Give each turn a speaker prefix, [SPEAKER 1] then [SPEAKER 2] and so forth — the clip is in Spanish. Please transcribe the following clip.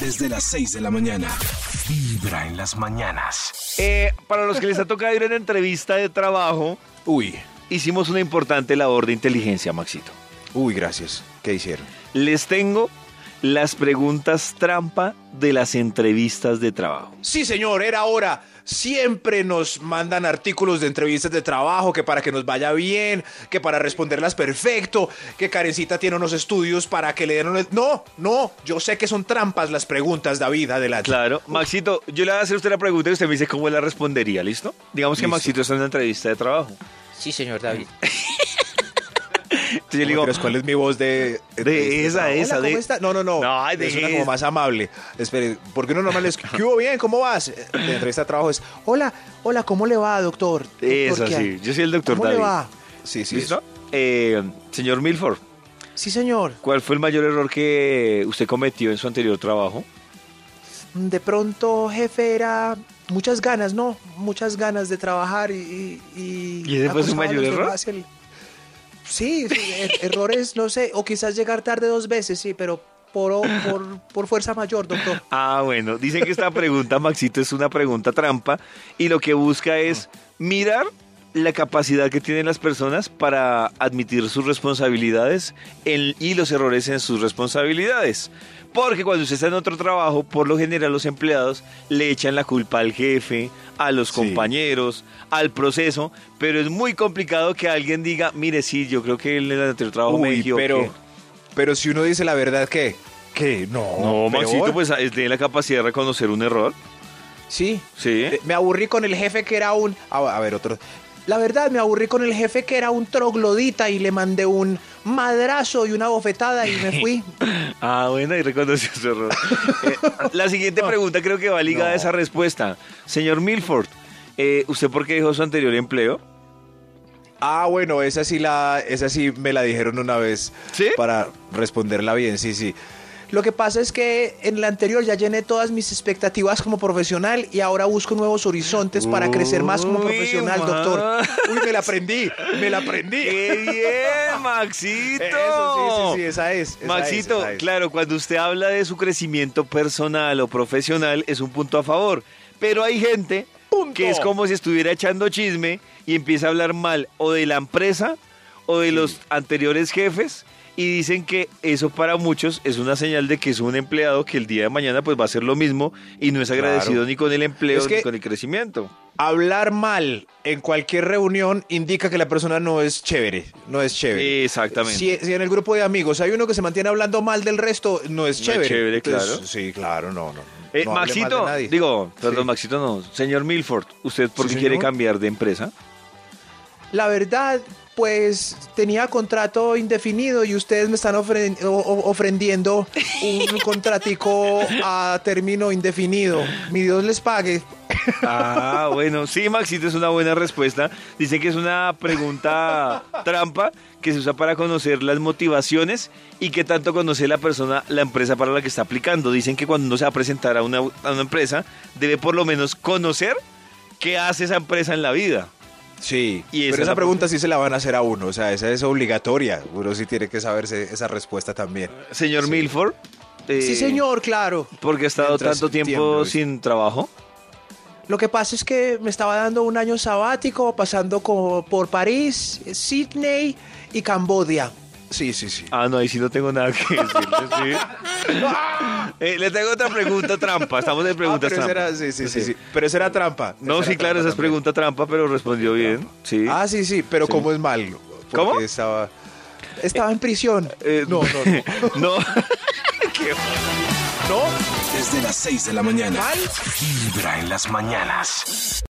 [SPEAKER 1] desde las 6 de la mañana. Vibra en las mañanas.
[SPEAKER 2] Eh, para los que les ha tocado ir a una entrevista de trabajo,
[SPEAKER 3] Uy,
[SPEAKER 2] hicimos una importante labor de inteligencia, Maxito.
[SPEAKER 3] uy, gracias. ¿Qué hicieron?
[SPEAKER 2] Les tengo las preguntas trampa de las entrevistas de trabajo.
[SPEAKER 3] Sí, señor, era hora. Siempre nos mandan artículos de entrevistas de trabajo, que para que nos vaya bien, que para responderlas perfecto, que Karencita tiene unos estudios para que le den un... No, no, yo sé que son trampas las preguntas, David, adelante.
[SPEAKER 2] Claro, Maxito, yo le voy a hacer a usted la pregunta y usted me dice cómo la respondería, ¿listo? Digamos que
[SPEAKER 3] Listo.
[SPEAKER 2] Maxito está en una entrevista de trabajo.
[SPEAKER 4] Sí, señor David.
[SPEAKER 2] Entonces yo
[SPEAKER 3] No
[SPEAKER 2] le digo,
[SPEAKER 3] me creas, ¿Cuál es mi voz de...
[SPEAKER 2] De esa,
[SPEAKER 3] Hola,
[SPEAKER 2] esa,
[SPEAKER 3] ¿cómo
[SPEAKER 2] de-
[SPEAKER 3] está? No, no, no.
[SPEAKER 2] No,
[SPEAKER 3] es
[SPEAKER 2] de
[SPEAKER 3] una como
[SPEAKER 2] esa.
[SPEAKER 3] más amable. Espere, porque uno normal es... ¿Qué hubo bien? ¿Cómo vas? De entrevista de trabajo es... Hola, hola, ¿cómo le va, doctor? Doctor,
[SPEAKER 2] eso
[SPEAKER 3] ¿qué hay?
[SPEAKER 2] sí, yo soy el doctor
[SPEAKER 3] ¿Cómo
[SPEAKER 2] David.
[SPEAKER 3] le va? Sí, sí.
[SPEAKER 2] ¿Listo? Eh, señor Milford,
[SPEAKER 3] eso. Sí, señor.
[SPEAKER 2] ¿cuál fue el mayor error que usted cometió en su anterior trabajo?
[SPEAKER 3] De pronto, jefe, era muchas ganas, ¿no? Muchas ganas de trabajar y... ¿Y,
[SPEAKER 2] ¿Y ese fue su
[SPEAKER 3] acosaba a
[SPEAKER 2] mayor
[SPEAKER 3] los
[SPEAKER 2] error?
[SPEAKER 3] demás y el- Sí, sí, er- errores, no sé, o quizás llegar tarde dos veces, sí, pero por, o- por, por fuerza mayor, doctor.
[SPEAKER 2] Ah, bueno, dicen que esta pregunta, Maxito, es una pregunta trampa y lo que busca es mirar la capacidad que tienen las personas para admitir sus responsabilidades en- y los errores en sus responsabilidades. Porque cuando usted está en otro trabajo, por lo general los empleados le echan la culpa al jefe, a los compañeros, al proceso, pero es muy complicado que alguien diga, mire, sí, yo creo que en el anterior trabajo me equivoqué.
[SPEAKER 3] pero si uno dice la verdad, ¿qué? ¿Qué?
[SPEAKER 2] No, Maxito,
[SPEAKER 3] peor.
[SPEAKER 2] pues es de la capacidad de reconocer un error.
[SPEAKER 3] Sí.
[SPEAKER 2] Sí.
[SPEAKER 3] Eh, Me aburrí con el jefe que era un... A, a ver, otro... La verdad, me aburrí con el jefe que era un troglodita y le mandé un madrazo y una bofetada y me fui.
[SPEAKER 2] Ah, bueno, y reconoció su error. Eh, la siguiente pregunta creo que va ligada a esa respuesta. Señor Milford, eh, ¿usted por qué dejó su anterior empleo?
[SPEAKER 3] Ah, bueno, esa sí la, esa sí me la dijeron una vez.
[SPEAKER 2] ¿Sí?
[SPEAKER 3] Para responderla bien, sí, sí. Lo que pasa es que en la anterior ya llené todas mis expectativas como profesional y ahora busco nuevos horizontes para crecer más como
[SPEAKER 2] Uy,
[SPEAKER 3] profesional,
[SPEAKER 2] ma.
[SPEAKER 3] doctor. Uy, me la aprendí, me la aprendí.
[SPEAKER 2] ¡Qué bien, Maxito!
[SPEAKER 3] Eso sí, sí, sí, esa es. esa es,
[SPEAKER 2] Maxito,
[SPEAKER 3] esa es.
[SPEAKER 2] claro, cuando usted habla de su crecimiento personal o profesional es un punto a favor, pero hay gente
[SPEAKER 3] Punto.
[SPEAKER 2] que es como si estuviera echando chisme y empieza a hablar mal o de la empresa o de los anteriores jefes y dicen que eso para muchos es una señal de que es un empleado que el día de mañana pues va a hacer lo mismo y no es agradecido
[SPEAKER 3] Claro.
[SPEAKER 2] ni con el empleo
[SPEAKER 3] Es que-
[SPEAKER 2] ni con el crecimiento.
[SPEAKER 3] Hablar mal en cualquier reunión indica que la persona no es chévere, no es chévere.
[SPEAKER 2] Exactamente.
[SPEAKER 3] Si, si en el grupo de amigos hay uno que se mantiene hablando mal del resto,
[SPEAKER 2] No
[SPEAKER 3] no es
[SPEAKER 2] es
[SPEAKER 3] chévere.
[SPEAKER 2] chévere,
[SPEAKER 3] Entonces,
[SPEAKER 2] claro.
[SPEAKER 3] Sí, claro, no, no.
[SPEAKER 2] Eh,
[SPEAKER 3] no hable mal de
[SPEAKER 2] Maxito,
[SPEAKER 3] nadie.
[SPEAKER 2] digo, perdón,
[SPEAKER 3] Sí.
[SPEAKER 2] Maxito no. Señor Milford, ¿usted por
[SPEAKER 3] Sí,
[SPEAKER 2] qué quiere
[SPEAKER 3] señor.
[SPEAKER 2] cambiar de empresa?
[SPEAKER 3] La verdad, pues tenía contrato indefinido y ustedes me están ofren- o- o- ofrendiendo un contratico a término indefinido. Mi Dios les pague.
[SPEAKER 2] Ah, bueno, sí, Maxito, es una buena respuesta. Dice que es una pregunta trampa que se usa para conocer las motivaciones y qué tanto conoce la persona, la empresa para la que está aplicando. Dicen que cuando uno se va a presentar a una, a una empresa, debe por lo menos conocer qué hace esa empresa en la vida.
[SPEAKER 3] Sí,
[SPEAKER 2] Y esa
[SPEAKER 3] pero
[SPEAKER 2] es
[SPEAKER 3] esa
[SPEAKER 2] la
[SPEAKER 3] pregunta sí se la van a hacer a uno, o sea, esa es obligatoria. Uno sí tiene que saberse esa respuesta también.
[SPEAKER 2] Señor
[SPEAKER 3] Sí.
[SPEAKER 2] Milford. eh,
[SPEAKER 3] Sí, señor, claro.
[SPEAKER 2] ¿Por qué ha estado
[SPEAKER 3] Mientras
[SPEAKER 2] tanto tiempo
[SPEAKER 3] tiemblo,
[SPEAKER 2] sin trabajo?
[SPEAKER 3] Lo que pasa es que me estaba dando un año sabático pasando como por París, Sydney y Cambodia. Sí, sí, sí.
[SPEAKER 2] Ah, no, ahí sí no tengo nada que decirle, sí. Eh, le tengo otra pregunta trampa. Estamos en preguntas
[SPEAKER 3] Ah, pero esa
[SPEAKER 2] trampa.
[SPEAKER 3] era, sí, sí, sí, sí. Pero esa era trampa.
[SPEAKER 2] No,
[SPEAKER 3] Esa era
[SPEAKER 2] sí, claro, esa
[SPEAKER 3] trampa
[SPEAKER 2] es
[SPEAKER 3] también.
[SPEAKER 2] pregunta trampa, pero respondió bien. Sí.
[SPEAKER 3] Ah, sí, sí, pero
[SPEAKER 2] Sí.
[SPEAKER 3] ¿cómo es malo? Porque
[SPEAKER 2] ¿Cómo?
[SPEAKER 3] Estaba, estaba en prisión.
[SPEAKER 2] Eh,
[SPEAKER 3] no, no, no.
[SPEAKER 2] no.
[SPEAKER 3] ¿No?
[SPEAKER 1] Desde las 6 de la mañana. Vibra en las mañanas.